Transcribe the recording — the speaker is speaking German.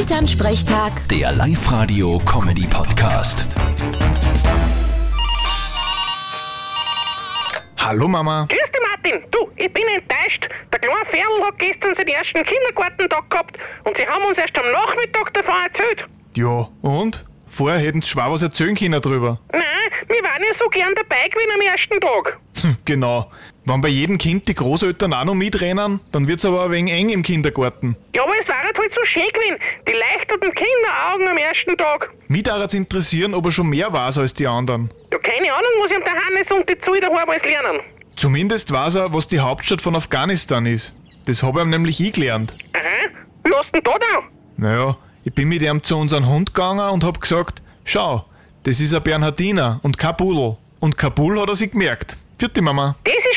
Elternsprechtag, Der Live-Radio-Comedy-Podcast. Hallo Mama. Grüß dich, Martin. Du, ich bin enttäuscht. Der kleine Ferl hat gestern seinen ersten Kindergartentag gehabt und sie haben uns erst am Nachmittag davon erzählt. Ja, und? Vorher hätten sie schwer was erzählen können drüber. Nein, wir waren ja so gern dabei gewesen am ersten Tag. Hm, Genau. Wenn bei jedem Kind die Großeltern auch noch mitrennen, dann wird's aber ein wenig eng im Kindergarten. Ja, aber es war halt so schön gewesen. Die leuchtenden Kinderaugen am ersten Tag. Mich daran interessieren, ob er schon mehr weiß als die anderen. Ja, keine Ahnung, was ihm der Hannes und die Zui daheim alles lernen. Zumindest weiß er, was die Hauptstadt von Afghanistan ist. Das habe ich ihm nämlich ich gelernt. Aha, wie hast denn da da? Naja, ich bin mit ihm zu unserem Hund gegangen und hab gesagt, schau, das ist ein Bernhardiner und Kabul. Und Kabul hat er sich gemerkt. Vierte Mama. Das ist